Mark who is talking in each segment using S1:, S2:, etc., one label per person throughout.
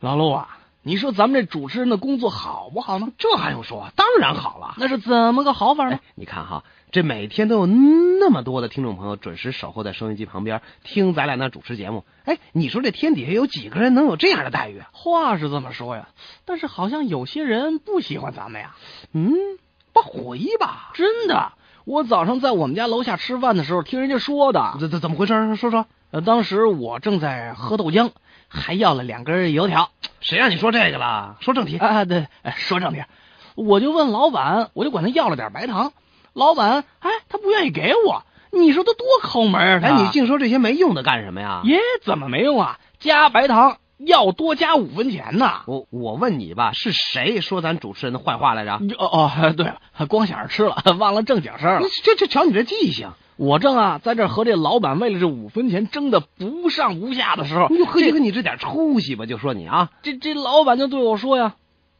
S1: 老陆啊，你说咱们这主持人的工作好不好呢？
S2: 这还用说？啊当然好了。
S1: 那是怎么个好法呢
S2: 哎？，你看哈，这每天都有那么多的听众朋友准时守候在收音机旁边听咱俩那主持节目。哎，你说这天底下有几个人能有这样的待遇啊？
S1: 话是这么说呀，但是好像有些人不喜欢咱们呀。
S2: 嗯，不回吧？
S1: 真的，我早上在我们家楼下吃饭的时候听人家说的。
S2: 怎怎怎么回事？说说，
S1: 呃，当时我正在喝豆浆，还要了两根油条。
S2: 谁让你说这个了？说正题。
S1: 啊，对，哎说正题，我就问老板，我就管他要了点白糖。老板，哎，他不愿意给我。你说他多抠门啊！他
S2: 哎，你净说这些没用的干什么呀？
S1: 耶，怎么没用啊？加白糖要多加五分钱呢。
S2: 我我问你吧，是谁说咱主持人的坏话来着？
S1: 你就哦哦，对了，光想着吃了，忘了正经事儿了
S2: 你。这这瞧你这记性，
S1: 我正啊，在这儿和这老板为了这五分钱争的不上不下的时候，
S2: 你就喝
S1: 哦这
S2: 一个你这点出息吧，就说你啊，
S1: 这这老板就对我说呀：“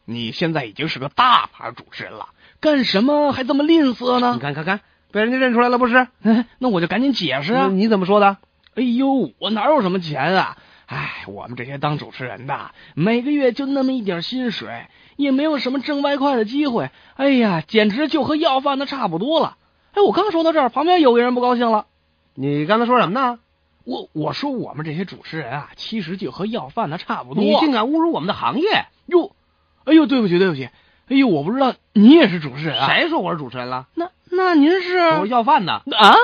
S1: 你现在已经是个大牌主持人了，干什么还这么吝啬
S2: 你
S1: 呢
S2: 看看看，被人家认出来了不是？？”
S1: 哎，那我就赶紧解释啊
S2: 你，你怎么说的？
S1: 哎呦，我哪有什么钱啊？哎，我们这些当主持人的，每个月就那么一点薪水，也没有什么挣外快的机会。哎呀，简直就和要饭的差不多了。哎，我刚说到这儿，旁边有个人不高兴了。
S2: 你刚才说什么呢？
S1: 我我说我们这些主持人啊，其实就和要饭的差不多。
S2: 你竟敢侮辱我们的行业！
S1: 哟，哎呦，对不起对不起，哎呦，我不知道你也是主持人啊？？
S2: 谁说我是主持人了？
S1: 那那您是
S2: 我是要饭的。
S1: 啊？